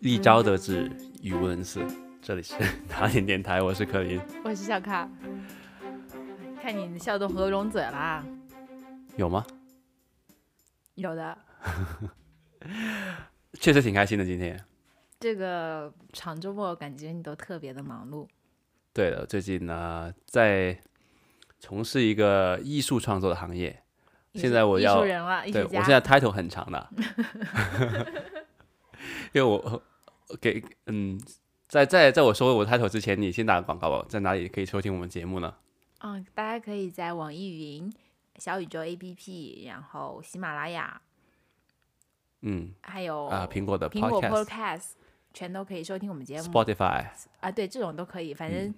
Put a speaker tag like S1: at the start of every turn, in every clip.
S1: 一招得志，语无伦次。这里是打点电台，我是柯林。
S2: 我是小咖。看你笑都合不拢嘴啦，
S1: 有吗？
S2: 有的。
S1: 确实挺开心的，今天。
S2: 这个长周末感觉你都特别的忙碌，
S1: 对了，最近呢，在从事一个艺术创作的行业。
S2: 艺
S1: 现
S2: 术
S1: 在我
S2: 艺
S1: 要
S2: 术人了，艺
S1: 对
S2: 术
S1: 我
S2: 家。
S1: 现在 title 很长的，因为我给嗯，在在在我说我 title 之前，你先打个广告吧，在哪里可以收听我们节目呢？
S2: 嗯，大家可以在网易云、小宇宙 APP，然后喜马拉雅，
S1: 嗯
S2: 还有
S1: 啊，苹果的
S2: 苹果
S1: Podcast、
S2: Podcast 全都可以收听我们节目
S1: Spotify，
S2: 啊，对，这种都可以，反
S1: 嗯
S2: 正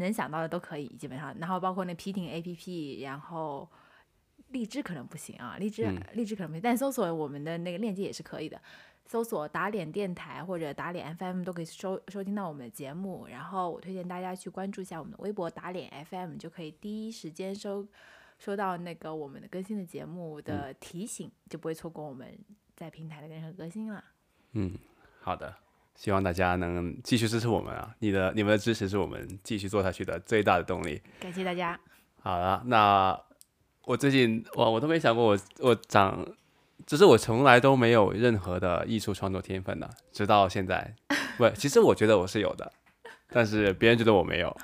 S2: 能想到的都可以，基本上。然后包括那 P 听 APP，然后荔枝可能不行啊，荔枝、
S1: 嗯
S2: 荔枝可能不行，但搜索我们的那个链接也是可以的，搜索打脸电台或者打脸 FM 都可以收收听到我们的节目。然后我推荐大家去关注一下我们的微博打脸 FM，就可以第一时间收收到那个我们的更新的节目
S1: 嗯
S2: 的提醒，就不会错过我们在平台的任何更新了。
S1: 嗯，好的，希望大家能继续支持我们啊！你的你们的支持是我们继续做下去的最大的动力。
S2: 感谢大家，
S1: 好了，那我最近哇，我都没想过我我长，就是我从来都没有任何的艺术创作天分的，直到现在。不，其实我觉得我是有的，但是别人觉得我没有，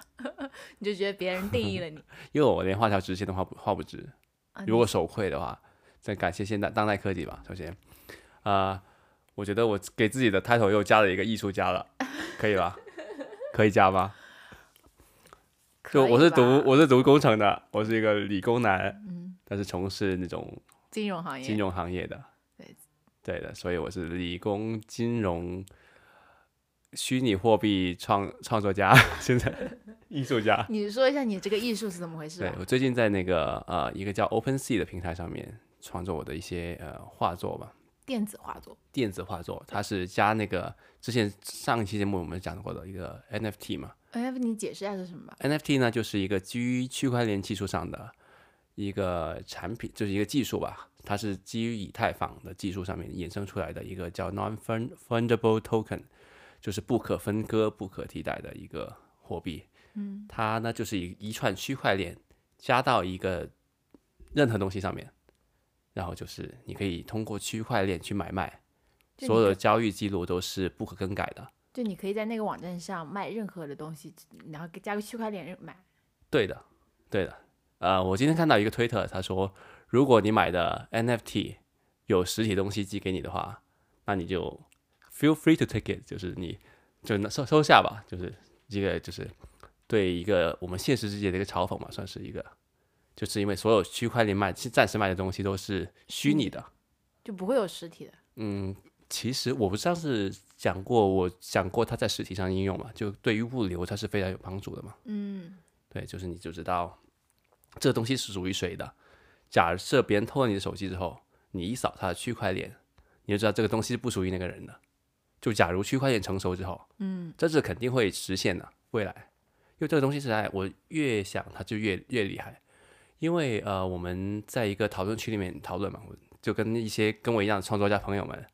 S2: 你就觉得别人定义 了你。
S1: 因为我连画条直线都画不画不直。
S2: 啊
S1: 如果手绘的话，再感谢现代当代科技吧。首先，啊、我觉得我给自己的 title 又加了一个艺术家 了，可以吧？可以加吗？就
S2: 可以
S1: 我是
S2: 吧
S1: 读我是读工程的，我是一个理工男，
S2: 嗯
S1: 但是从事那种
S2: 金融行业，
S1: 金融行业的，
S2: 对
S1: 对的，所以我是理工金融虚拟货币创创作家， 现在艺术家。
S2: 你说一下你这个艺术是怎么回事啊
S1: 对
S2: 吧？
S1: 我最近在那个呃一个叫 OpenSea 的平台上面创作我的一些呃画作吧，
S2: 电子画作，
S1: 电子画作，它是加那个之前上一期节目我们讲过的一个 NFT 嘛
S2: 哎，要不你解释一下是什么吧？
S1: ，NFT 呢就是一个基于区块链技术上的一个产品，就是一个技术吧，它是基于以太坊的技术上面衍生出来的一个叫 Non-Fungible Token，就是不可分割、不可替代的一个货币。
S2: 嗯，
S1: 它呢就是一一串区块链加到一个任何东西上面，然后就是你可以通过区块链去买卖，
S2: 就
S1: 所
S2: 你
S1: 有的
S2: 可
S1: 交易记录都是不可更改的。
S2: 就你可以在那个网站上卖任何的东西，然后给加个区块链买。
S1: 对的，对的。呃，我今天看到一个推特，他说，如果你买的 NFT 有实体东西寄给你的话，那你就 feel free to take it，就是你就拿收收下吧，就是一个就是对一个我们现实世界的一个嘲讽嘛，算是一个，就是因为所有区块链卖暂时卖的东西都是虚拟的。
S2: 就不会有实体的，
S1: 嗯，其实我不上次讲过，我讲过它在实体上应用嘛，就对于物流它是非常有帮助的嘛。
S2: 嗯，
S1: 对，就是你就知道这东西是属于谁的。假设别人偷了你的手机之后，你一扫它的区块链，你就知道这个东西不属于那个人的。就假如区块链成熟之后，嗯，这是肯定会实现的未来，因为这个东西实在我越想它就越越厉害。因为呃，我们在一个讨论区里面讨论嘛，我就跟一些跟我一样的创作家朋友们，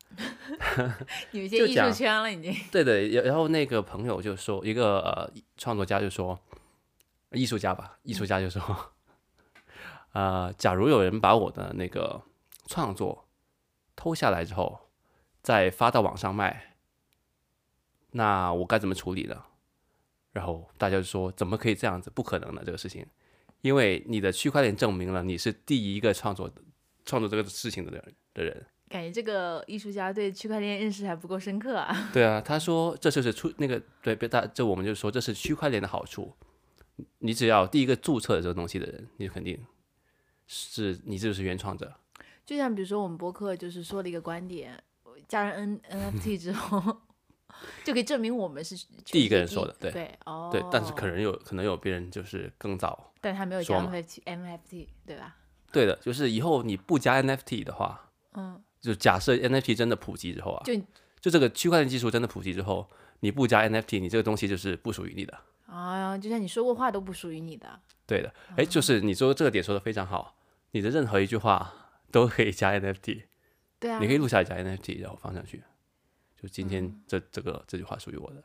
S2: 你们
S1: 就
S2: 些艺
S1: 讲
S2: 术圈了已经。
S1: 对的，然然后那个朋友就说，一个呃创作家就说，艺术家吧，艺术家就说， 呃，假如有人把我的那个创作偷下来之后，再发到网上卖，那我该怎么处理呢？然后大家就说，怎么可以这样子？不可能的这个事情，因为你的区块链证明了你是第一个创作创作这个事情的人的人。
S2: 感觉这个艺术家对区块链认识还不够深刻啊！
S1: 对啊，他说这就是出那个对，别大这我们就说这是区块链的好处，你只要第一个注册了这个东西的人，你肯定是你就是原创者。
S2: 就像比如说我们播客就是说了一个观点，加上 N NFT 之后， 就可以证明我们是
S1: 第一个人说的对
S2: 对对哦，
S1: 对，但是可，能有可能有别人就是更早。
S2: 但他没有
S1: 说
S2: 加
S1: 嘛
S2: NFT NFT 对吧？
S1: 对的，就是以后你不加 NFT 的话，
S2: 嗯，
S1: 就假设 NFT 真的普及之后啊，
S2: 就
S1: 就这个区块链技术真的普及之后，你不加 NFT，你这个东西就是不属于你的。
S2: 啊，就像你说过话都不属于你的，
S1: 对的，哎，就是你说这个点说的非常好，你的任何一句话都可以加 NFT，
S2: 对啊，
S1: 你可以录下来加 NFT，然后放上去。就今
S2: 嗯
S1: 天这这个这句话属于 我的，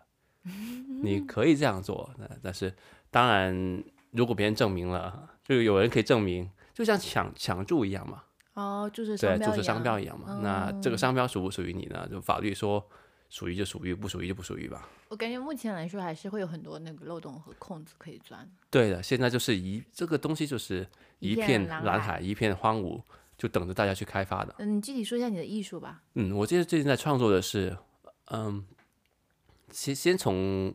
S1: 你可以这样做。那但是当然，如果别人证明了，就有人可以证明，就像抢抢注一样嘛，
S2: 哦，注册
S1: 对
S2: 商，标
S1: 注
S2: 一
S1: 册商标
S2: 样嗯
S1: 一样嘛。那这个商标属不属于你呢？就法律说属于就属于，不属于就不属于吧。
S2: 我感觉目前来说还是会有很多那个漏洞和空子可以钻。
S1: 对的，现在就是一这个东西就是
S2: 一
S1: 一
S2: 片
S1: 片
S2: 蓝
S1: 蓝
S2: 海
S1: 海，一片荒芜，就等着大家去开发的。
S2: 嗯，你具体说一下你的艺术吧。
S1: 嗯，我记得最近在创作的是，嗯，先先从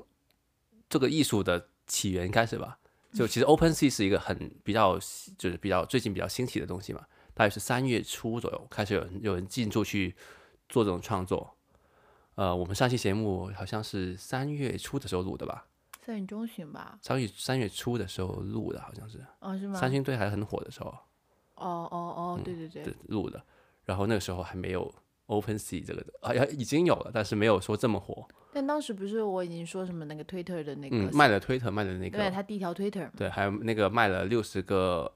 S1: 这个艺术的起源开始吧。就其实 OpenSea 是一个很比较新，就是比较最近比较兴起的东西嘛，大概是三月初左右开始有人有人进驻去做这种创作。呃，我们上期节目好像是三月初的时候录的吧，
S2: 三月中旬吧，
S1: 三月三月初的时候录的，好像是
S2: 哦，是吗？
S1: 三星嗯堆还很火的时候。
S2: 哦哦哦，对对对，
S1: 的录的，然后那个时候还没有 OpenSea 这个，好像已经有了，但是没有说这么火。
S2: 但当时不是我已经说什么那个 Twitter 的那个，
S1: 嗯，卖了 Twitter，卖了那
S2: 对，
S1: 个，
S2: 他第一条 Twitter 嘛，
S1: 对，还有那个卖了六十个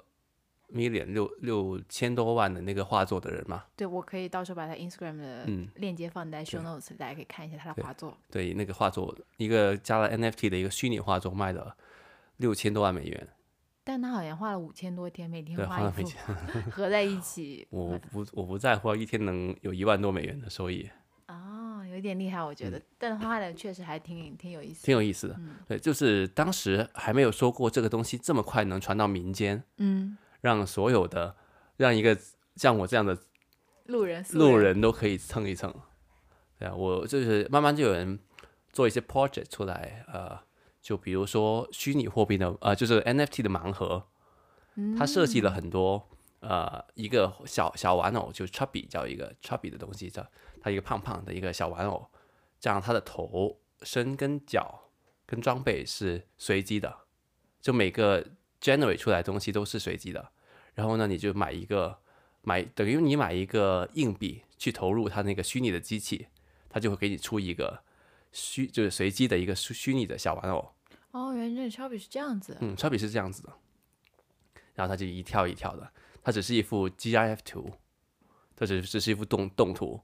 S1: million 六六千多万的那个画作的人嘛，
S2: 对我可以到时候把他 Instagram 的
S1: 嗯
S2: 链接放在 show notes，、大家可以看一下他的
S1: 对
S2: 画作。
S1: 对，那个画作一个加了 NFT 的一个虚拟画作卖了六千多万美元，
S2: 但他好像画了五千多天，每天
S1: 对，
S2: 画
S1: 花了
S2: 一
S1: 美
S2: 幅
S1: 金，，
S2: 合在一起
S1: 我不我不在乎，一天能有一万多美元的收益，
S2: 哦，有点厉害，我觉得。但画的确实还挺挺有意
S1: 嗯
S2: 思。
S1: 挺有意思
S2: 嗯
S1: 的。对，就是当时还没有说过这个东西这么快能传到民间。
S2: 嗯，
S1: 让所有的让一个像我这样的
S2: 路人素
S1: 路人都可以蹭一蹭。对啊，我就是慢慢就有人做一些 project 出来，呃，就比如说虚拟货币的，呃，就是 NFT 的盲盒，它设
S2: 嗯
S1: 计了很多。呃，一个小小玩偶，就 Chubby 叫一个 Chubby 的东西，叫它一个胖胖的一个小玩偶，这样它的头、身跟脚跟装备是随机的，就每个 generate 出来的东西都是随机的。然后呢，你就买一个买等于你买一个硬币去投入它那个虚拟的机器，它就会给你出一个虚就是随机的一个虚虚拟的小玩偶。
S2: 哦，原来这 Chubby 是这样子。
S1: 嗯，超比是这样子的，然后它就一跳一跳的，它只是一幅 GIF 图，它只只是一幅动动图。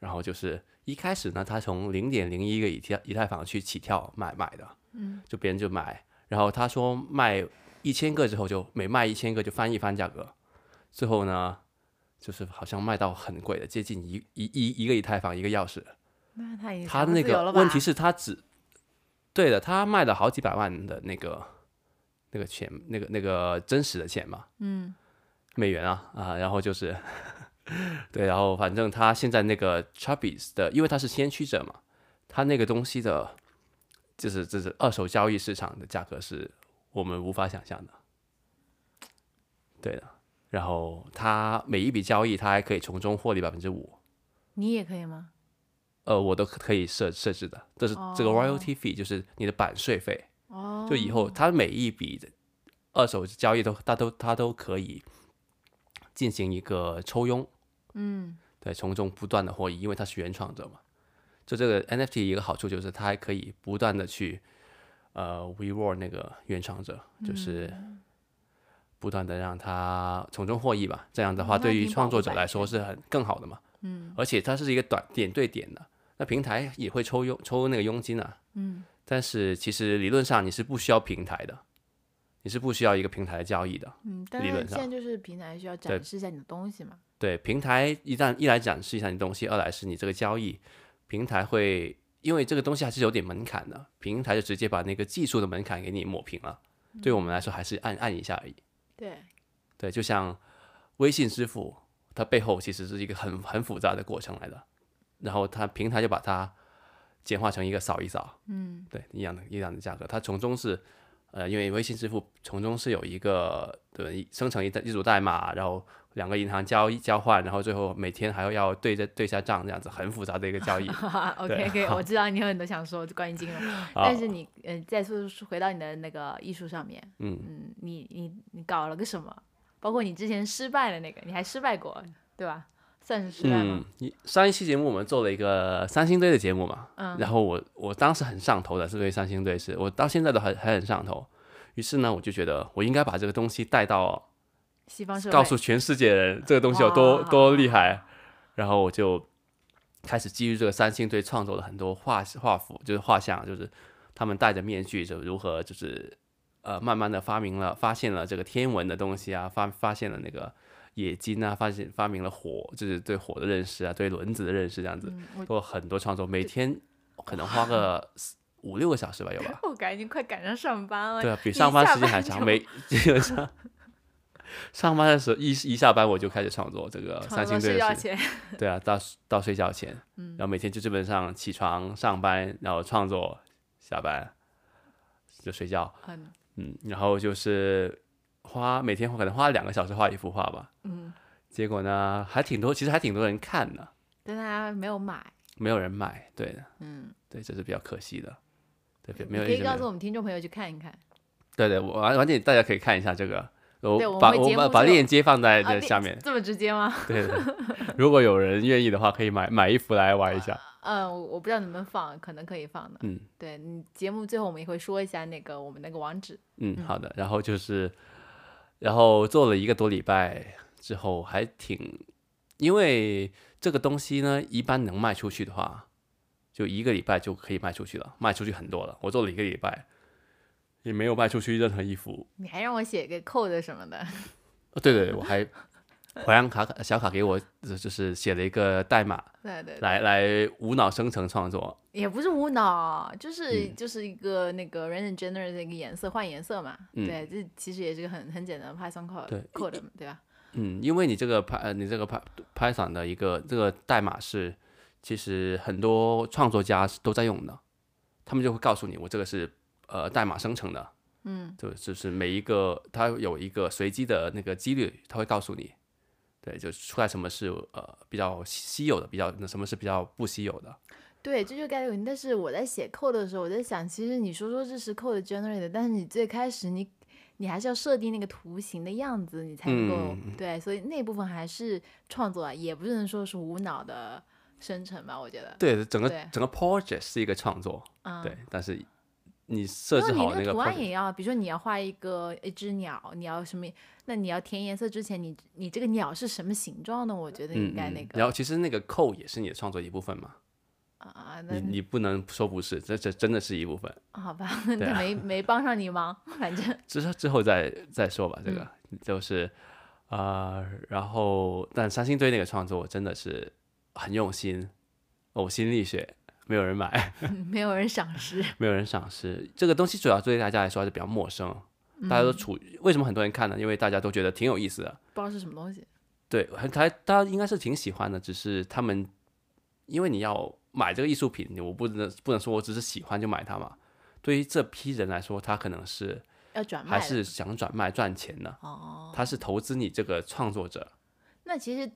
S1: 然后就是一开始呢，它从零点零一个以太以太坊去起跳买买的，嗯，就别人就买，然后他说卖一千个之后就每卖一千个就翻一番价格，最后呢，就是好像卖到很贵的，接近一一一一个以太坊一个钥匙，
S2: 那他已经
S1: 他
S2: 财富
S1: 那
S2: 自由
S1: 个
S2: 了
S1: 问
S2: 吧
S1: 题是，他只对的，他卖了好几百万的那个那个钱，那个那个真实的钱嘛，嗯，美元啊啊，然后就是 对，然后反正他现在那个 Chubbies 的，因为他是先驱者嘛，他那个东西的，就是就是二手交易市场的价格是我们无法想象的，对的。然后他每一笔交易，他还可以从中获利百分之五，
S2: 你也可以吗？
S1: 呃，我都可可以设设置的，这是这个
S2: 哦
S1: royalty fee，就是你的版税费。
S2: 哦，
S1: 就以后它每一笔的二手交易都，它都它都可以进行一个抽佣，
S2: 嗯，
S1: 对，从中不断的获益，因为它是原创者嘛。就这个 NFT 一个好处就是它还可以不断的去呃 reward 那个原创者，
S2: 嗯
S1: 就是不断的让他从中获益吧。这样的话，
S2: 嗯那
S1: 对于
S2: 挺
S1: 创
S2: 保护
S1: 作者
S2: 版
S1: 来说
S2: 权
S1: 是很更好的嘛。嗯，而且它是一个短点对点的，那平台也会抽佣抽那个佣金啊。嗯，但是其实理论上你是不需要平台的，你是不需要一个平台的交易的。
S2: 嗯，但
S1: 理
S2: 是
S1: 论
S2: 现在就是平台需要
S1: 对
S2: 展示一下你的东西嘛。
S1: 对，平台一旦一来展示一下你东西，二来是你这个交易，平台会因为这个东西还是有点门槛的，平台就直接把那个技术的门槛给你抹平了。对我们来说还是按按一下而已。
S2: 对，
S1: 对，就像微信支付，它背后其实是一个很很复杂的过程来的，然后它平台就把它简化成一个扫一扫，嗯，对，一样的一样的价格，它从中是。呃，因为微信支付从中是有一个对生成一代一组代码，然后两个银行交易交换，然后最后每天还要要对着对下账，这样子很复杂的一个交易。
S2: OK OK，我知道你有很多想说关于金融，但是你呃，再说回到你的那个艺术上面，嗯你你你搞了个什么？包括你之前失败的那个，你还失败过，对吧？算是失败吗？
S1: 嗯，你上一期节目我们做了一个三星堆的节目嘛，
S2: 嗯
S1: 然后我我当时很上头的，是对三星堆是我到现在都还还很上头。于是呢，我就觉得我应该把这个东西带到
S2: 西方社会
S1: 告诉全世界人这个东西有多
S2: 哇
S1: 多厉害。然后我就开始基于这个三星堆创作了很多画画幅，就是画像，就是他们戴着面具，就如何就是呃慢慢的发明了发现了这个天文的东西啊，发发现了那个冶金啊，发现发明了火，就是对火的认识啊，对轮子的认识这样子，
S2: 嗯，我
S1: 都有很多创作，每天可能花个四五六个小时吧，有吧？
S2: 我感觉快赶上上班了。
S1: 对啊，比
S2: 一
S1: 上班
S2: 下
S1: 时间还
S2: 班
S1: 长，
S2: 就
S1: 没 基本上上班的时候一一下班我就开始创作这个
S2: 创
S1: 呃三星
S2: 作
S1: 堆的
S2: 睡觉
S1: 事，
S2: 前， 嗯
S1: 对啊，到到睡觉前，然后每天就基本上起床上班，然后创作，下班就睡觉，
S2: 嗯
S1: 嗯，然后就是花每天可能花两个小时画一幅画吧，
S2: 嗯，
S1: 结果呢还挺多，其实还挺多人看的，
S2: 但他没有买，
S1: 没有人买，对的，
S2: 嗯，
S1: 对，这是比较可惜的，对，没
S2: 你
S1: 有
S2: 可
S1: 一
S2: 以
S1: 直
S2: 告
S1: 没有
S2: 诉我们听众朋友去看一看。
S1: 对对，我完完全大家可以看一下这个，我
S2: 对我们
S1: 把
S2: 会
S1: 我
S2: 节
S1: 把
S2: 目
S1: 把
S2: 就
S1: 链接放在
S2: 啊
S1: 这
S2: 这
S1: 下面。
S2: 这么直接吗？
S1: 对对，如果有人愿意的话，可以买买一幅来玩一下。
S2: 嗯，我我不知道能不能放，可能可以放的。
S1: 嗯
S2: 对你节目最后我们也会说一下那个我们那个网址。
S1: 嗯，好的。然后就是，然后做了一个多礼拜之后，还挺，因为这个东西呢，一般能卖出去的话，就一个礼拜就可以卖出去了，卖出去很多了。我做了一个礼拜，也没有卖出去任何一幅。
S2: 你还让我写个 code 什么的，
S1: 哦对对，对我还我让卡卡小卡给我就是写了一个代码。
S2: 对对，对
S1: 来来无脑生成创作，
S2: 也不是无脑，
S1: 嗯
S2: 就是、就是一个那个 random generate 的一个颜色换颜色嘛。
S1: 嗯
S2: 对，这其实也是个很很简单的 Python code
S1: 对
S2: code 嘛对吧？
S1: 嗯，因为你这个 Py 呃你这个 Py Python 的一个这个代码是，其实很多创作家是都在用的，他们就会告诉你我这个是呃代码生成的，嗯，就就是每一个它有一个随机的那个几率，它会告诉你，对，就出来什么是呃比较稀有的，比较那什么是比较不稀有的，
S2: 对，这就是概率。但是我在写 code 的时候，我在想，其实你说说这是 code generate，但是你最开始你你还是要设定那个图形的样子，你才能够、
S1: 嗯
S2: 对，所以那部分还是创作，啊，也不能说是无脑的生成吧，我觉得。
S1: 对，整个
S2: 对
S1: 整个 project 是一个创作，
S2: 嗯，
S1: 对，但是你设
S2: 因为
S1: 置
S2: 你
S1: 好
S2: 那
S1: 个
S2: 图案
S1: project，
S2: 也要，比如说你要画一个一只鸟，你要什么？那你要填颜色之前，你你这个鸟是什么形状呢？我
S1: 嗯
S2: 觉得应该那
S1: 然
S2: 个
S1: 后其实那个 code 也是你的创作一部分嘛，
S2: 啊啊，那
S1: 你你不能说不是，这这真的是一部分。
S2: 好吧，
S1: 对
S2: 那
S1: 啊
S2: 没没帮上你忙，反正
S1: 之后之后再再说吧，这个、
S2: 嗯
S1: 就是啊、呃然后但三星堆那个创作真的是很用心，呕心沥血，没有人买，
S2: 没有人赏识。
S1: 没有人赏识。这个东西主要对大家来说还是比较陌生，
S2: 嗯
S1: 大家都处为什么很多人看呢？因为大家都觉得挺有意思的，
S2: 不知道是什么东西。
S1: 对，很他大家应该是挺喜欢的，只是他们因为你要买这个艺术品，我不能不能说我只是喜欢就买它嘛。对于这批人来说，他可能是
S2: 要转
S1: 还
S2: 卖的
S1: 是想转卖赚钱的，
S2: 哦。
S1: 他是投资你这个创作者。
S2: 那其实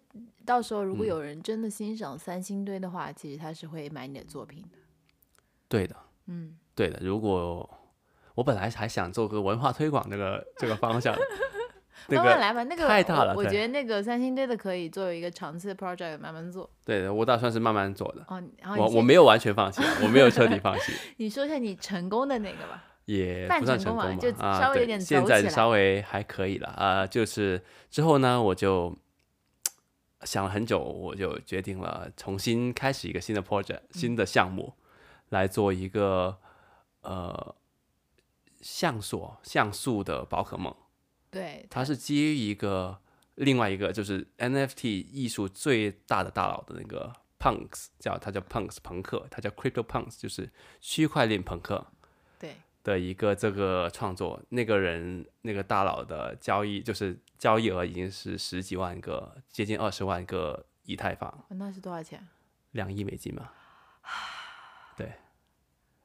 S2: 到时候
S1: 嗯
S2: 如果有人真的欣赏三星堆的话，其实他是会买你的作品的。
S1: 对的，
S2: 嗯，
S1: 对的。如果我本来还想做个文化推广这个这个方 向，那
S2: 慢慢
S1: 个
S2: 来吧，那个
S1: 太大了
S2: 我我
S1: 对
S2: 觉得那个三星堆的可以作为一个长期的 project 慢慢做。
S1: 对的，我打算是慢慢做的。
S2: 哦，你然后你
S1: 我我
S2: 先
S1: 没有完全放弃，我没有彻底放弃，
S2: 你说一下你成功的那个吧。
S1: 也
S2: 半
S1: 不算
S2: 成
S1: 成
S2: 功
S1: 功
S2: 嘛
S1: 吧，
S2: 就
S1: 啊，
S2: 稍微有
S1: 对
S2: 点走
S1: 现在
S2: 起来
S1: 稍微还可以了啊、就是之后呢，我就想了很久，我就决定了重新开始一个新的 project，新
S2: 嗯
S1: 的项目，来做一个呃像素像素的宝可梦，
S2: 对，
S1: 它是基于一个另外一个就是 NFT 艺术最大的大佬的那个 Punks，叫他叫 Punks 朋克，他叫 Crypto Punks，就是区块链朋克。
S2: 对，
S1: 的一个这个创作，那个人那个大佬的交易就是交易额已经是十几万个，接近二十万个以太坊，
S2: 那是多少钱？
S1: 两亿美金嘛。对，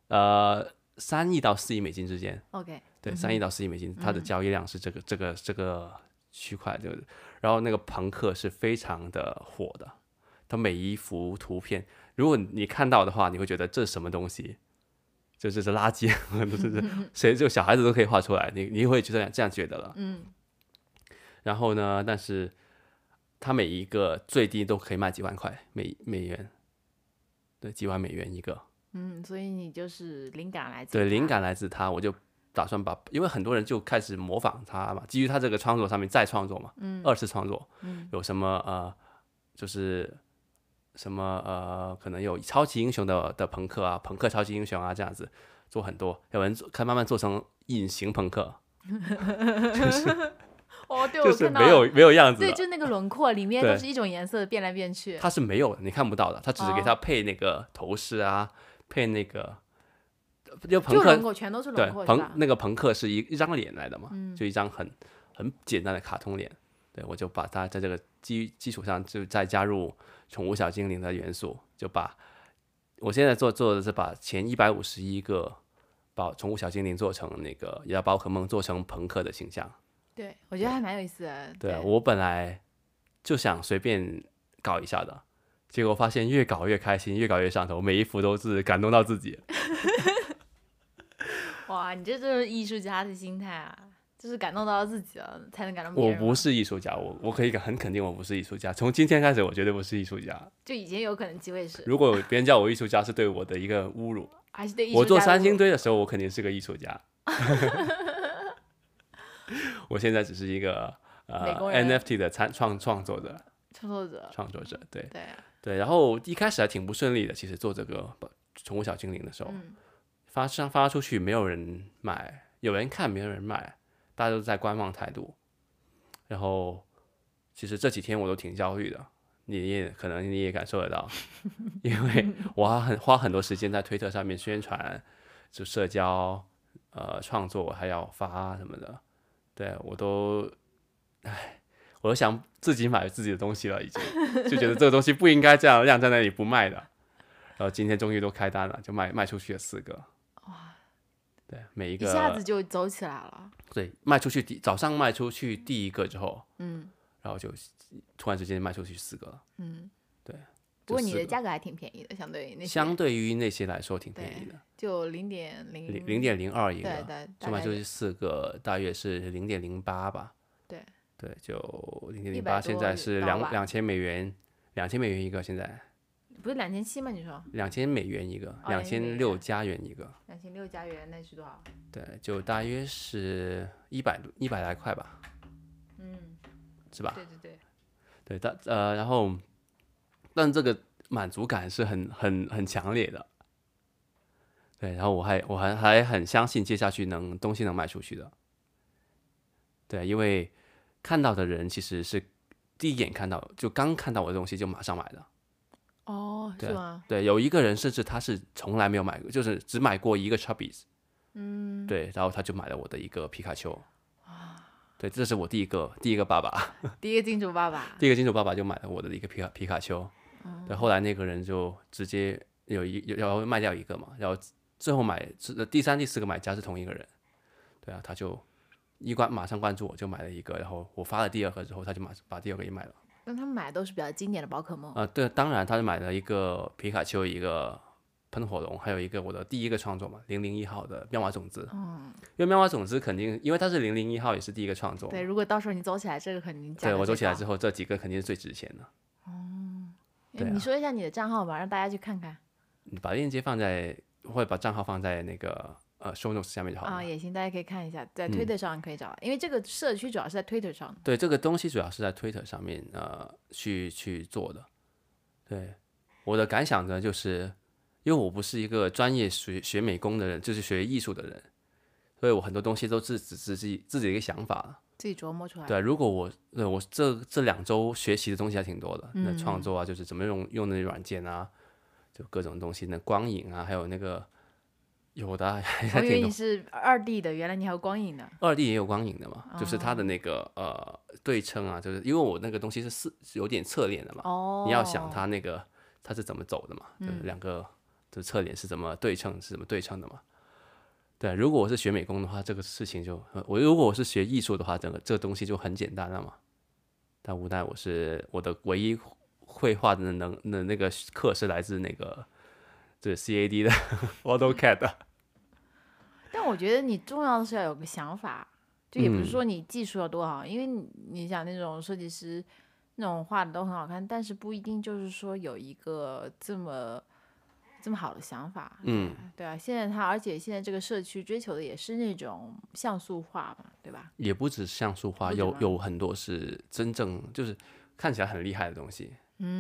S1: 呃，三亿到四亿美金之间，
S2: OK，
S1: 对，三亿到四亿美金，它的交易量是这个、这个这个区块就是，然后那个朋克是非常的火的，它每一幅图片，如果你看到的话，你会觉得这是什么东西，就这是垃圾， 这是谁就小孩子都可以画出来，你你会这样这样觉得了。
S2: 嗯，
S1: 然后呢，但是它每一个最低都可以卖几万块美美元，对，几万美元一个。
S2: 嗯，所以你就是灵感来自
S1: 对，
S2: 于
S1: 灵
S2: 它
S1: 感来自他，我就打算把，因为很多人就开始模仿他嘛，基于他这个创作上面再创作嘛，嗯，二次创作，嗯，有什么呃，就是什么呃，可能有超级英雄的的朋克啊，朋克超级英雄啊这样子做很多，有人做看慢慢做成隐形朋克，
S2: 哦，对，
S1: 就
S2: 我
S1: 是
S2: 看到
S1: 没有
S2: 了，
S1: 没有样子
S2: 对，
S1: 的，
S2: 就那个轮廓里面
S1: 对
S2: 都是一种颜色变来变去。
S1: 它是没有的，你看不到的，它只是给
S2: 哦
S1: 它配那个头饰啊，配那个就朋
S2: 就
S1: 克
S2: 轮廓全都是
S1: 对
S2: 轮廓，是
S1: 朋
S2: 吧？嗯
S1: 那个朋克是一一张脸来的嘛，就一张很很简单的卡通脸。对，我就把它在这个基基础上，就再加入宠物小精灵的元素，就把我现在做做的是把前一百五十一个把宠物小精灵做成那个，也要宝可梦做成朋克的形象。
S2: 对，我觉得还蛮有意思的。
S1: 对啊我本来就想随便搞一下的，结果发现越搞越开心，越搞越上头，每一幅都是感动到自己。
S2: 哇，你这就是艺术家的心态啊，就是感动到自己了，才能感动别
S1: 我
S2: 人嘛。
S1: 不是艺术家，我我可以很肯定我不是艺术家。从今天开始，我绝对不是艺术家。
S2: 就以前有可能机会是，
S1: 如果有别人叫我艺术家，是对我的一个侮辱。
S2: 还是对艺术
S1: 我做
S2: 家的
S1: 三
S2: 侮
S1: 星
S2: 辱
S1: 堆的时候，我肯定是个艺术 家。我现在只是一个呃
S2: 美工人
S1: NFT 的参创创作者，
S2: 创作者，
S1: 创作者对
S2: 对，啊
S1: 对。然后一开始还挺不顺利的，其实做这个宠物小精灵的时候，
S2: 嗯，
S1: 发上发出去没有人买，有人看没有人买，大家都在观望态度。然后，其实这几天我都挺焦虑的，你也可能你也感受得到， 因为我还很花很多时间在推特上面宣传，就社交，呃，创作还要发什么的，对我都，唉，我都想自己买自己的东西了，已经就觉得这个东西不应该这样晾在那里不卖的。然后今天终于都开单了，就卖卖出去了四个。哇！对，每一
S2: 一
S1: 个
S2: 下子就走起来了，
S1: 对，卖出去第早上卖出去第一个之后，
S2: 嗯
S1: 然后就突然之间卖出去四个了。
S2: 嗯。
S1: 就
S2: 不过你
S1: 四
S2: 的
S1: 个
S2: 价格还挺便宜的，相对于那些
S1: 相对于那些来说挺便宜
S2: 对
S1: 的，，
S2: 就零点零
S1: 零零点零二一
S2: 对
S1: 个，
S2: 对，
S1: 就
S2: 大
S1: 卖
S2: 概
S1: 出去四个，大约是零点零八吧。
S2: 对
S1: 对，就零点零八，
S2: 100
S1: 现在
S2: 多
S1: 是
S2: 刀
S1: 两
S2: 吧
S1: 两千美元，两千美元一个，现在
S2: 不是两千七吗？你说
S1: 两千美元一个，
S2: 哦
S1: 两
S2: 2000美
S1: 千
S2: 元
S1: 六加元一个，
S2: 两千六加元那是多少？
S1: 对，就大约是一百一百来块吧，
S2: 嗯，
S1: 是吧？
S2: 对对对，
S1: 对，但呃，然后，但这个满足感是很很很强烈的。对，然后我还我还还很相信接下去能东西能卖出去的。对，因为看到的人其实是第一眼看到就刚看到我的东西就马上买的。
S2: 哦，
S1: 对
S2: 是吗？
S1: 对，有一个人甚至他是从来没有买过，就是只买过一个 Chubbies。嗯。对，然后他就买了我的一个皮卡丘。对，这是我第一个第一个爸爸。
S2: 第一个金主爸爸，
S1: 第一个金主爸爸就买了我的一个皮卡皮卡丘，对，后来那个人就直接有一有然后卖掉一个嘛，然后最后买是呃第三、第四个买家是同一个人，对啊，他就一关马上关注我就买了一个，然后我发了第二个之后，他就马把第二个也买了
S2: 那他们买的都是比较经典的宝可梦
S1: 啊、，对，当然他就买了一个皮卡丘，一个喷火龙，还有一个我的第一个创作嘛，零零一号的妙蛙种子，嗯，因为妙蛙种子肯定因为它是零零一号也是第一个创作嘛，
S2: 对，如果到时候你走起来，这个肯定价
S1: 对
S2: 格
S1: 我
S2: 最
S1: 走起来
S2: 高
S1: 之后这几个肯定是最值钱的。
S2: 哎
S1: 对啊
S2: 你说一下你的账号吧，让大家去看看
S1: 你把链接放在，或者把账号放在那个呃 show notes 下面就好了。嗯
S2: 啊，也行，大家可以看一下，在推特上可以找到，因为这个社区主要是在推特上的。
S1: 对，这个东西主要是在 Twitter 上面呃去去做的。对，我的感想呢，就是因为我不是一个专业学学美工的人，就是学艺术的人，所以我很多东西都是只自己自己的一个想法了。
S2: 自己琢磨出来。
S1: 对，如果我对我这这两周学习的东西还挺多的，那创作啊，就是怎么用用那软件啊，就各种东西，那光影啊，还有那个有的啊 还
S2: 我
S1: 还
S2: 以
S1: 挺
S2: 为
S1: 多
S2: 你。是二 D 的，原来你还有光影的。
S1: 二 D 也有光影的嘛，就是它的那个呃对称啊，就是因为我那个东西是四是有点侧脸的嘛，
S2: 哦，
S1: 你要想它嗯那个它是怎么走的嘛，就是两个就侧脸是怎么对称是怎么对称的嘛。对，如果我是学美工的话，这个事情就呃我如果我是学艺术的话，整个这个东西就很简单了嘛。但无奈我是我的唯一绘画的能的那个课是来自那个就是 CAD 的 AutoCAD 的，
S2: 但我觉得你重要的是要有个想法，就也不是
S1: 嗯
S2: 说你技术有多好，因为你你想那种设计师那种画的都很好看，但是不一定就是说有一个这么这么好的想 法，
S1: 嗯，
S2: 对啊，现在他，而且现在这个社区追求的也是那种像素化嘛，对吧？
S1: 也不止像素化，
S2: 不止
S1: 有
S2: 吗
S1: 有很多是真正就是看起来很厉害的东西，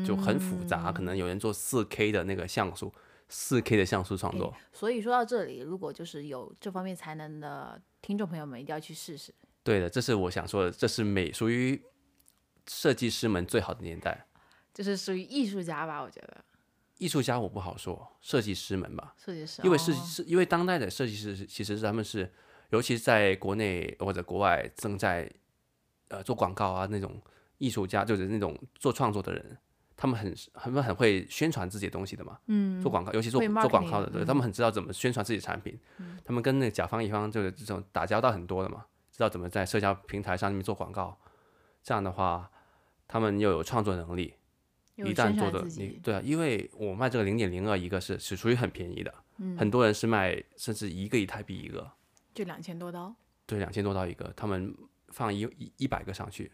S1: 就很复杂。
S2: 嗯
S1: 可能有人做四 K 的那个像素，四 K 的像素创作，
S2: 所以说到这里，如果就是有这方面才能的听众朋友们，一定要去试试。
S1: 对的，这是我想说的，这是美属于设计师们最好的年代。
S2: 就是属于艺术家吧，我觉得
S1: 艺术家我不好说，设计师们吧，
S2: 设计师，
S1: 因为设计
S2: 哦
S1: 师，因为当代的设计师是其实是他们是，尤其是在国内或者国外正在呃做广告啊那种艺术家，就是那种做创作的人，他们很他们很会宣传自己的东西的嘛，嗯，做广告，尤其做
S2: 会
S1: 做广
S2: marketing，嗯
S1: 告的，对、他们很知道怎么宣传自己的产品，他们跟那个甲方乙方就是这种打交道很多的嘛，知道怎么在社交平台上面做广告，这样的话，他们又有创作能力，
S2: 又
S1: 一
S2: 宣
S1: 旦做
S2: 传
S1: 的
S2: 自
S1: 你
S2: 己，
S1: 对啊，因为我卖这个零点零二，一个是是属于很便宜的，
S2: 嗯
S1: 很多人是卖甚至一个以太币一个，
S2: 就两千多刀，
S1: 对，两千多刀一个，他们放一一一百个上去，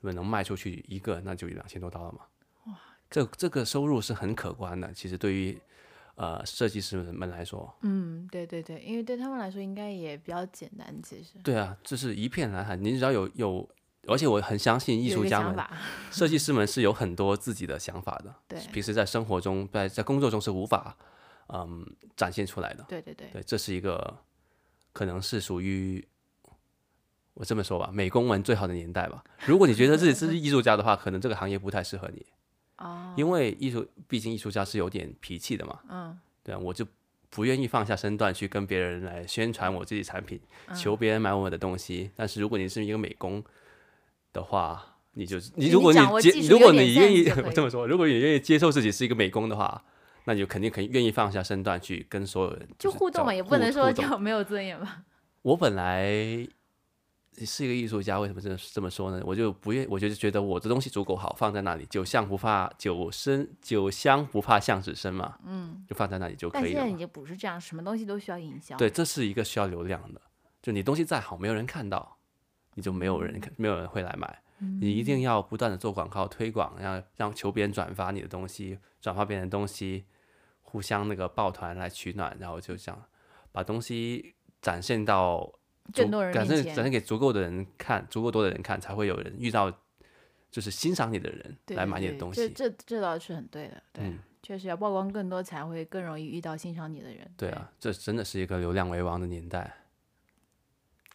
S1: 那么能卖出去一个，那就两千多刀了嘛。哇，这这个收入是很可观的，其实对于呃设计师们来说，
S2: 嗯，对对对，因为对他们来说应该也比较简单，其实
S1: 对啊，这是一片蓝海，你只要有有。而且我很相信艺
S2: 有
S1: 术
S2: 一个
S1: 家
S2: 想
S1: 们、
S2: 法
S1: 设计师们是有很多自己的想法的，
S2: 对
S1: 平时在生活中、在在工作中是无法嗯展现出来的。
S2: 对对对，
S1: 对，这是一个可能是属于我这么说吧，美工们最好的年代吧。如果你觉得自己是艺术家的话，可能这个行业不太适合你，
S2: 哦，
S1: 因为艺术毕竟艺术家是有点脾气的嘛。
S2: 嗯，
S1: 对啊，我就不愿意放下身段去跟别人来宣传我自己产品，
S2: 嗯
S1: 求别人买我的东西。但是如果你是一个美工的话，你就你
S2: 你
S1: 如果
S2: 掌握
S1: 你接
S2: 技，术
S1: 如果
S2: 有
S1: 你
S2: 点 sense
S1: 愿意
S2: 就可以
S1: 这么说，如果你愿意接受自己是一个美工的话，那你就肯定肯愿意放下身段去跟所有人
S2: 就是互动嘛，
S1: 找
S2: 也不
S1: 互
S2: 能说
S1: 互动
S2: 就没有尊严吧，
S1: 我本来是一个艺术家，为什么这这么说呢？我就不愿，我就觉得我的东西足够好，放在那里，酒香不怕酒深，酒香不怕巷子深嘛，嗯，就放在那里就
S2: 但
S1: 可以
S2: 现
S1: 了
S2: 在
S1: 嘛
S2: 已。经不是这样，什么东西都需要营销，
S1: 对，这是一个需要流量的，就你东西再好，没有人看到，你就没有人看，
S2: 嗯
S1: 没有人会来买。你一定要不断的做广告推广，让让求别人转发你的东西，转发别人的东西，互相那个抱团来取暖，然后就这样把东西展现到
S2: 更
S1: 足
S2: 多人
S1: 展
S2: 面
S1: 现展
S2: 前，
S1: 现给足够的人看，足够多的人看，才会有人遇到就是欣赏你的人
S2: 对
S1: 来
S2: 对
S1: 买你的
S2: 对
S1: 东
S2: 这
S1: 西。
S2: 这这倒是很对的，对
S1: 嗯，
S2: 确实要曝光更多才会更容易遇到欣赏你的人，
S1: 对啊，这真的是一个流量为王的年代。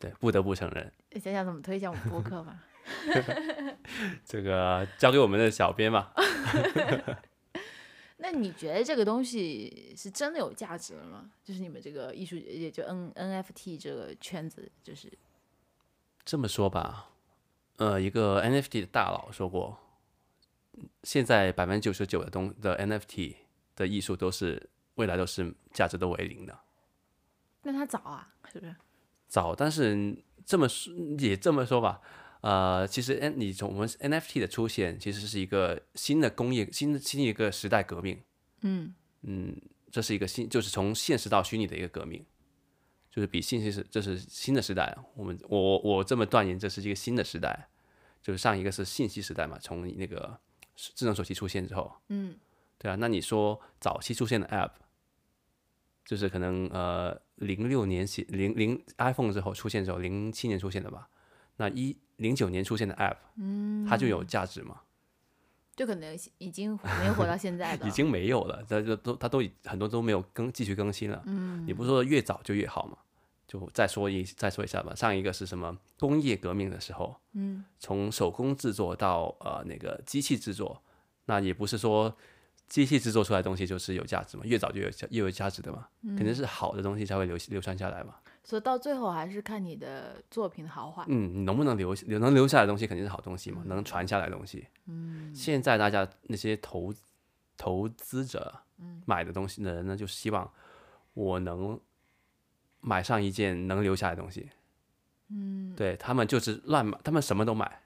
S1: 对，不得不承认，
S2: 对，哎想想怎么推荐我们播客吧。
S1: 这个交给我们的小编吧。
S2: 那你觉得这个东西是真的有价值了吗？就是你们这个艺术，也就 N NFT 这个圈子，就是
S1: 这么说吧，呃，一个 NFT 的大佬说过，现在百分之九十九的东的 NFT 的艺术都是未来都是价值都为零的。
S2: 那它早啊，是不是？
S1: 早，但是这么说也这么说吧，呃，其实 N 你从我们 NFT 的出现，其实是一个新的工业新新一个时代革命。
S2: 嗯
S1: 嗯，这是一个新，就是从现实到虚拟的一个革命，就是比信息是这是新的时代。我们我我我这么断言，这是一个新的时代，就是上一个是信息时代嘛，从那个智能手机出现之后，
S2: 嗯，
S1: 对啊，那你说早期出现的 App，就是可能呃零六年起零零 iPhone 之后出现之后，零七年出现的吧？那一零九年出现的 App，嗯，它就有价值吗？
S2: 就可能已经没活到现 在的
S1: 已
S2: 了，
S1: 经没有了，它就都它都已很多都没有更继续更新了。嗯，你不是说越早就越好嘛？就再说一再说一下吧。上一个是什么？工业革命的时候，嗯，从手工制作到呃那个机器制作，那也不是说机器制作出来的东西就是有价值嘛，越早就有价越有价值的嘛，肯定是好的东西才会流流传下来嘛。
S2: 所以到最后还是看你的作品的好坏。
S1: 嗯，你能不能留留能留下来的东西肯定是好东西嘛，能传下来的东西。嗯，现在大家那些投投资者，买的东西的人呢，就希望我能买上一件能留下来的东西。嗯，对他们就是乱买，他们什么都买。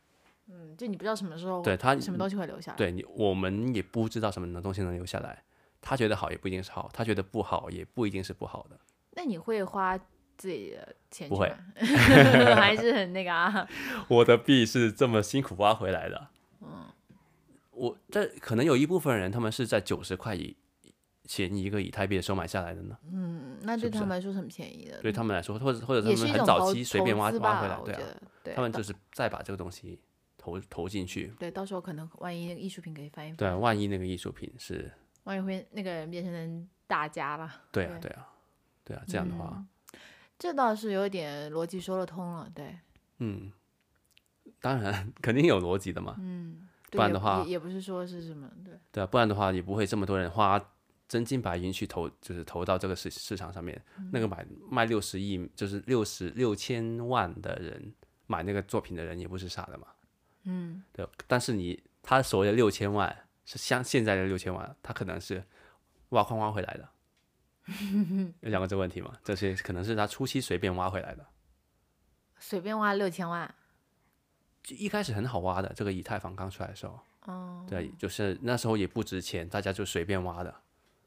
S2: 嗯，就你不知道什么时候
S1: 对他，
S2: 什么东西会留下来。，
S1: 对你，我们也不知道什么能东西能留下来。他觉得好也不一定是好，他觉得不好也不一定是不好的。
S2: 那你会花自己的钱去
S1: 不会
S2: 买， 还是很那 个啊？
S1: 我的币是这么辛苦挖回来的。嗯，我这可能有一部分人他们是在九十块以前一个以太币的时候买下来的呢？
S2: 嗯，那
S1: 是
S2: 对
S1: 不
S2: 他
S1: 是
S2: 们来说很便宜的，
S1: 对他们来说，或者或者他
S2: 也是
S1: 们
S2: 一
S1: 很
S2: 种
S1: 早
S2: 投
S1: 期随便挖
S2: 投资
S1: 挖回
S2: 吧，
S1: 来，
S2: 我
S1: 对
S2: 觉
S1: 啊，
S2: 得，对，
S1: 他们
S2: 到
S1: 就是再把这个东西投投进去。
S2: 对，到时候可能万一那个艺术品可以翻一翻，
S1: 对啊，万一那个艺术品是，
S2: 万一会那个人变成大家了，
S1: 对啊，
S2: 对
S1: 对啊，对啊，这样的话，
S2: 这倒是有点逻辑说得通了，对，
S1: 嗯，当然肯定有逻辑的嘛，
S2: 嗯，
S1: 不
S2: 对
S1: 然
S2: 也
S1: 的话
S2: 也也不是说是什么，对，
S1: 对啊，不然的话也不会这么多人花真金白银去投，就是投到这个市市场上面。
S2: 嗯
S1: 那个买卖六十亿，就是六十六千万的人买那个作品的人也不是傻的嘛。
S2: 嗯，
S1: 对，但是你他所谓的六千万是像现在的六千万，他可能是挖矿挖回 来的。有讲过这个问题吗？这些可能是他初期随便挖回来的，
S2: 随便挖六千万，
S1: 就一开始很好挖的。这个以太坊刚出来的时候，
S2: 哦，
S1: 对，就是那时候也不值钱，大家就随便挖的。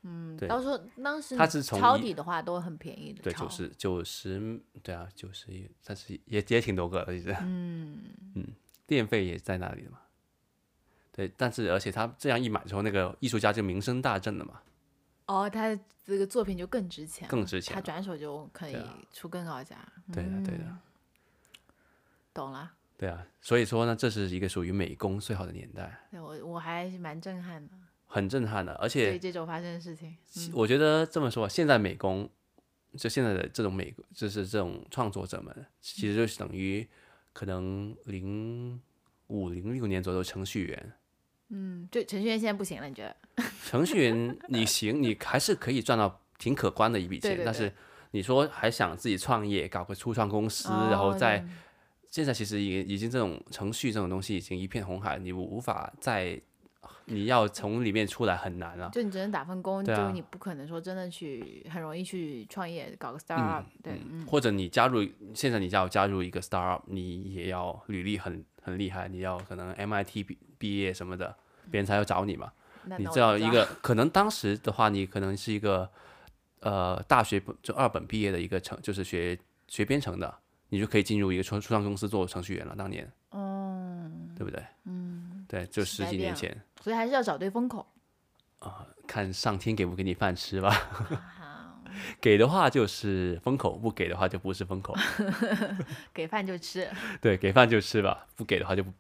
S2: 嗯，
S1: 对
S2: 到时候当时
S1: 它
S2: 你
S1: 是从
S2: 抄
S1: 一
S2: 底的话都很便宜的，
S1: 对，
S2: 抄
S1: 九，十九十，对啊，九十也，但是也也挺多个的，其实
S2: 嗯，
S1: 电费也在那里的嘛。对，但是而且他这样一买之后，那个艺术家就名声大振了嘛，
S2: 哦，他这个作品就更值钱了，
S1: 更值钱
S2: 他
S1: 了。
S2: 转手就可以
S1: 对啊
S2: 出更高价，
S1: 对的，
S2: 嗯
S1: 对的，
S2: 懂了。
S1: 对啊。所以说呢，这是一个属于美工最好的年代，
S2: 对我我还是蛮震撼的，
S1: 很震撼的。而
S2: 对嗯
S1: 且
S2: 这种发生的事情，
S1: 我觉得这么说，啊现在美工就现在的这种美，就是这种创作者们，其
S2: 嗯
S1: 实就是等于可能零五零六年左右的程序员，
S2: 嗯，对，程序员现在不行了，你觉得？
S1: 程序员你行，你还是可以赚到挺可观的一笔钱，
S2: 对对
S1: 但是你说还想自己创业，搞个初创公司，然后
S2: 哦
S1: 再现在其实已已经这种程序这种东西已经一片红海，你无无法再你要从里面出来很难了。啊
S2: 就你只能打份工，
S1: 对啊
S2: 就你不可能说真的去很容易去创业搞个 startup，、对，嗯
S1: 或者你加入现在你要加入一个 startup，你也要履历很很厉害，你要可能 MIT 毕毕业什么的，别人才要找你嘛。
S2: 那
S1: 你
S2: 那我
S1: 只要
S2: 不知
S1: 一
S2: 道
S1: 个，可能当时的话，你可能是一个呃大学本就二本毕业的一个程，就是学学编程的，你就可以进入一个初初创公司做程序员了。当年，
S2: 嗯，
S1: 对不对？嗯，对，就
S2: 时
S1: 十
S2: 代
S1: 几年
S2: 变
S1: 前，
S2: 所以还是要找对风口。
S1: 看上天给不给你饭吃吧。
S2: 啊
S1: 给的话就是风口，不给的话就不是风 口。
S2: 给饭就吃，
S1: 对，给饭就吃吧，不给的话就不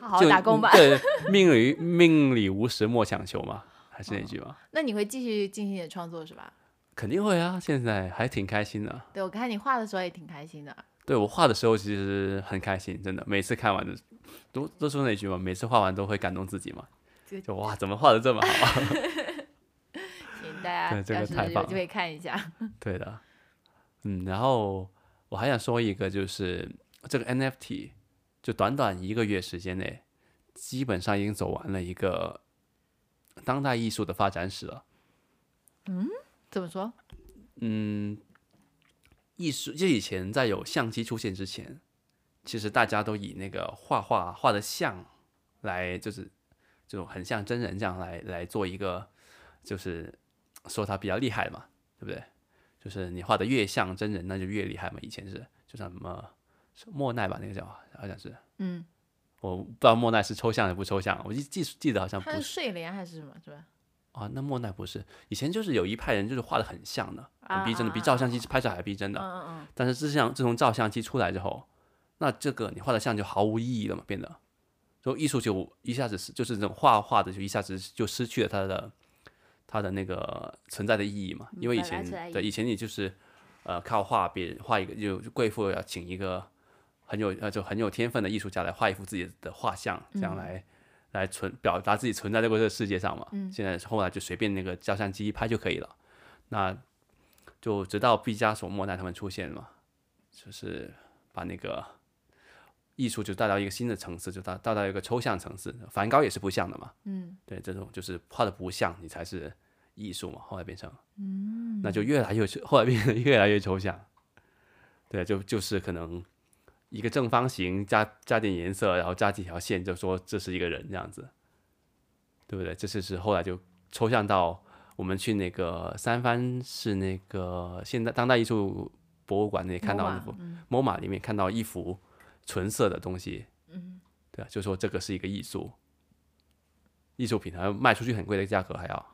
S2: 好好
S1: 就
S2: 打工吧。
S1: 对，命里命里无时莫强求嘛，还
S2: 嗯
S1: 是那句嘛，
S2: 那你会继续进行你的创作是吧？
S1: 肯定会啊。现在还挺开心的。
S2: 对我看你画的时候也挺开心的，
S1: 对我画的时候其实很开心，真的，每次看完的都都说那句嘛，每次画完都会感动自己嘛
S2: 这，
S1: 就哇，怎么画的这么好？啊
S2: 请大
S1: 对这
S2: 家要
S1: 个
S2: 是
S1: 太棒
S2: 有机
S1: 了
S2: 会看一下。
S1: 对的，嗯，然后我还想说一个，就是这个 NFT，就短短一个月时间内，基本上已经走完了一个当代艺术的发展史了。
S2: 怎么说？
S1: 嗯，艺术就以前在有相机出现之前，其实大家都以那个画画画的像来，就是这种很像真人这样来来做一个，就是说他比较厉害嘛，对不对？就是你画的越像真人，那就越厉害嘛。以前是就像什么是莫奈吧，那个叫好像是，
S2: 嗯，
S1: 我不知道莫奈是抽象还是不抽象，我记记记得好像不
S2: 它是
S1: 是
S2: 睡莲还是什么？是吧？
S1: 啊，那莫奈不是，以前就是有一派人就是画的很像的，很
S2: 啊
S1: 逼真的，
S2: 啊
S1: 比
S2: 啊
S1: 照相机拍出来还逼真的
S2: 嗯。嗯嗯。
S1: 但是自像自从照相机出来之后，那这个你画的像就毫无意义了嘛，变得，就艺术就一下子是就是这种画画的就一下子就失去了它的它的那个存在的意义嘛，因为以
S2: 本来
S1: 前
S2: 存在意
S1: 对
S2: 义
S1: 以前你就是呃靠画别人画一个就就贵妇要请一个很有呃就很有天分的艺术家来画一幅自己的画像，这样来。来存表达自己存在在过这个世界上嘛，现在后来就随便那个照相机一拍就可以了，那就直到毕加索、莫奈他们出现嘛，就是把那个艺术就带到一个新的层次，就到带到一个抽象层次。梵高也是不像的嘛，
S2: 嗯，
S1: 对，这种就是画的不像，你才是艺术嘛。后来变成，嗯，那就越来越后来变得越来越抽象，对，就就是可能一个正方形加加点颜色，然后加几条线，就说这是一个人这样子，对不对？这就是后来就抽象到我们去那个三藩市那个现代当代艺术博物馆那里看到那
S2: 某
S1: 幅
S2: 晚
S1: MoMA
S2: 嗯
S1: 里面看到一幅纯色的东西，对啊，就说这个是一个艺术艺术品，还要卖出去很贵的价格，还要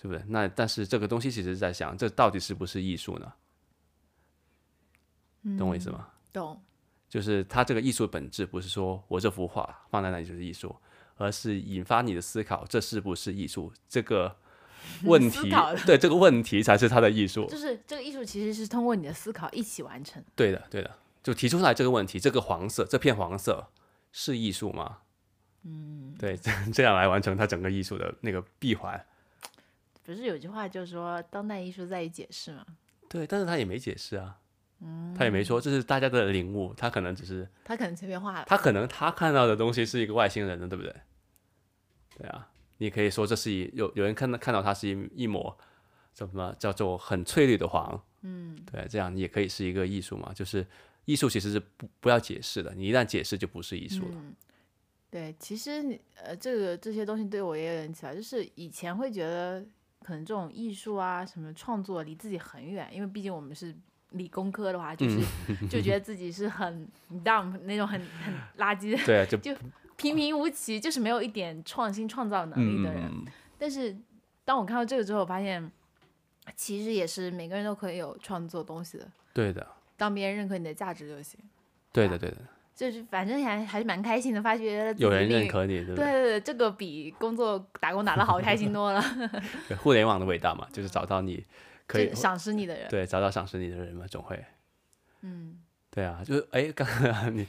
S1: 对不对？那但是这个东西其实是在想，这到底是不是艺术呢？懂我意思吗？
S2: 嗯懂，
S1: 就是它这个艺术本质不是说我这幅画放在那里就是艺术，而是引发你的思考，这是不是艺术这 个问
S2: 思
S1: 题
S2: 考？
S1: 对这个问题才是它的艺术
S2: 就。是这个艺术其实是通过你的思考一起完成。
S1: 对的，对的，就提出来这个问题，这个黄色，这片黄色是艺术吗？嗯，对， 这这样来完成它整个艺术的那个闭环。
S2: 不是有句话就是说当代艺术在于解释吗？
S1: 对，但是他也没解释啊，
S2: 嗯
S1: 他也没说这是大家的领悟，他可能只是
S2: 他可能随便画了，
S1: 他可能他看到的东西是一个外星人的，对不对？对啊，你可以说这是一有有人看到看到它是一一抹什么叫做很翠绿的黄，嗯，对，这样也可以是一个艺术嘛，就是艺术其实是不不要解释的，你一旦解释就不是艺术了，
S2: 对，其实你呃，这个这些东西对我也有点启发，就是以前会觉得可能这种艺术啊什么创作离自己很远，因为毕竟我们是理工科的话，
S1: 嗯
S2: 就 是、就觉得自己是很 dumb 那种很很垃圾、
S1: 对啊，就
S2: 就平平无奇，就是没有一点创新创造能力的人。
S1: 嗯，
S2: 但是当我看到这个之后，我发现其实也是每个人都可以有创作东西的，
S1: 对的，
S2: 当别人认可你的价值就行。
S1: 嗯对的，对的，
S2: 就是反正还还是蛮开心的，发觉自
S1: 有
S2: 己
S1: 人
S2: 另
S1: 认可你，对不
S2: 对
S1: 对？
S2: 对对，这个比工作打工打得好开心多了，
S1: 对互联网的伟大嘛，就是找到你 可以
S2: 就赏识你的人，
S1: 对，找到赏识你的人嘛，总会。嗯，对啊，就是哎，刚刚你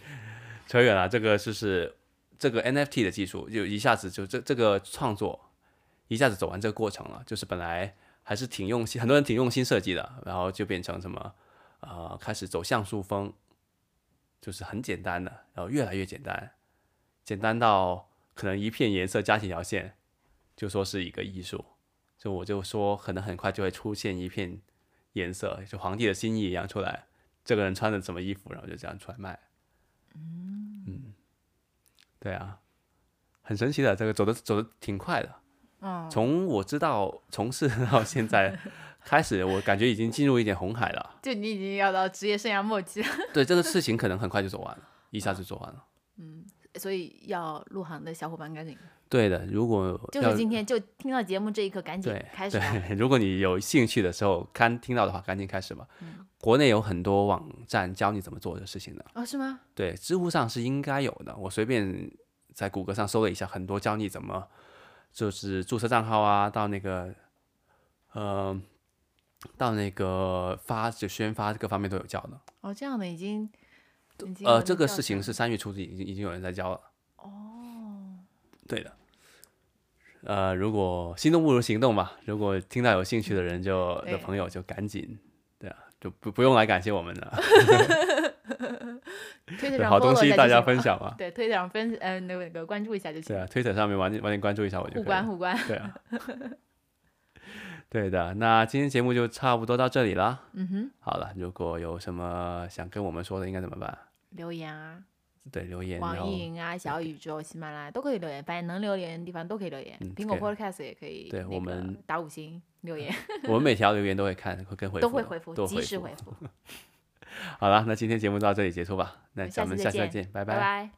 S1: 扯远了，这个就是这个 NFT 的技术，就一下子就这这个创作，一下子走完这个过程了。就是本来还是挺用心，很多人挺用心设计的，然后就变成什么呃，开始走向书风，就是很简单的，然后越来越简单，简单到可能一片颜色加几条线，就说是一个艺术。就我就说，可能很快就会出现一片颜色，就皇帝的心意一样出来。这个人穿的什么衣服，然后就这样出来卖。嗯
S2: 嗯
S1: 对啊，很神奇的，这个走的走的挺快的。
S2: 嗯，
S1: 从我知道从事到现 在开始，我感觉已经进入一点红海了。
S2: 就你已经要到职业生涯末期了，
S1: 对，这个事情可能很快就走完了，一下就做完了。
S2: 所以要入行的小伙伴赶紧，
S1: 对的，如果
S2: 就
S1: 要呃
S2: 是今天就听到节目这一刻赶紧
S1: 对
S2: 开始吧，
S1: 对，如果你有兴趣的时候，看听到的话，赶紧开始吧。
S2: 嗯
S1: 国内有很多网站教你怎么做这事情的。
S2: 哦，是吗？
S1: 对，知乎上是应该有的。我随便在谷歌上搜了一下，很多教你怎么就是注册账号啊，到那个呃，到那个发就宣发各方面都有教的。
S2: 哦，这样的已经，已经有
S1: 呃，
S2: 人
S1: 这个
S2: 教
S1: 事情
S2: 程
S1: 是三月初已经已经有人在教了。哦，
S2: 哦
S1: 对的。呃，如果心动不如行动吧。如果听到有兴趣的人就
S2: 对
S1: 的朋友就赶紧，对啊，就不不用来感谢我们了，
S2: 推特
S1: 对
S2: 上
S1: 好东
S2: follow 一
S1: 西
S2: 下
S1: 大
S2: 就
S1: 家
S2: 行
S1: 分
S2: 了，
S1: 享嘛。
S2: 对，推特上分呃那个那个关注一下就行
S1: 对
S2: 了，
S1: 啊，Twitter 上面完全完全关注一下我就可以
S2: 互
S1: 了
S2: 关。互关，
S1: 对啊， 对的。那今天节目就差不多到这里了。
S2: 嗯哼，
S1: 好了，如果有什么想跟我们说的，应该怎么办？
S2: 留言啊，
S1: 对，留言，然
S2: 网
S1: 后
S2: 易云啊、小宇宙、喜马拉雅都可以留言，反正能留言的地方都可以留言。
S1: 嗯
S2: 苹果
S1: 可以
S2: Podcast 也可以，
S1: 对我们
S2: 打五星留言
S1: 我们每条留言都会看，会嗯跟回复的，
S2: 都会回复，
S1: 都
S2: 及时
S1: 回
S2: 回复。
S1: 复。好了，那今天节目到这里结束吧。那
S2: 我们下
S1: 咱们
S2: 期
S1: 下
S2: 再
S1: 次再
S2: 见
S1: 见，拜
S2: 拜拜。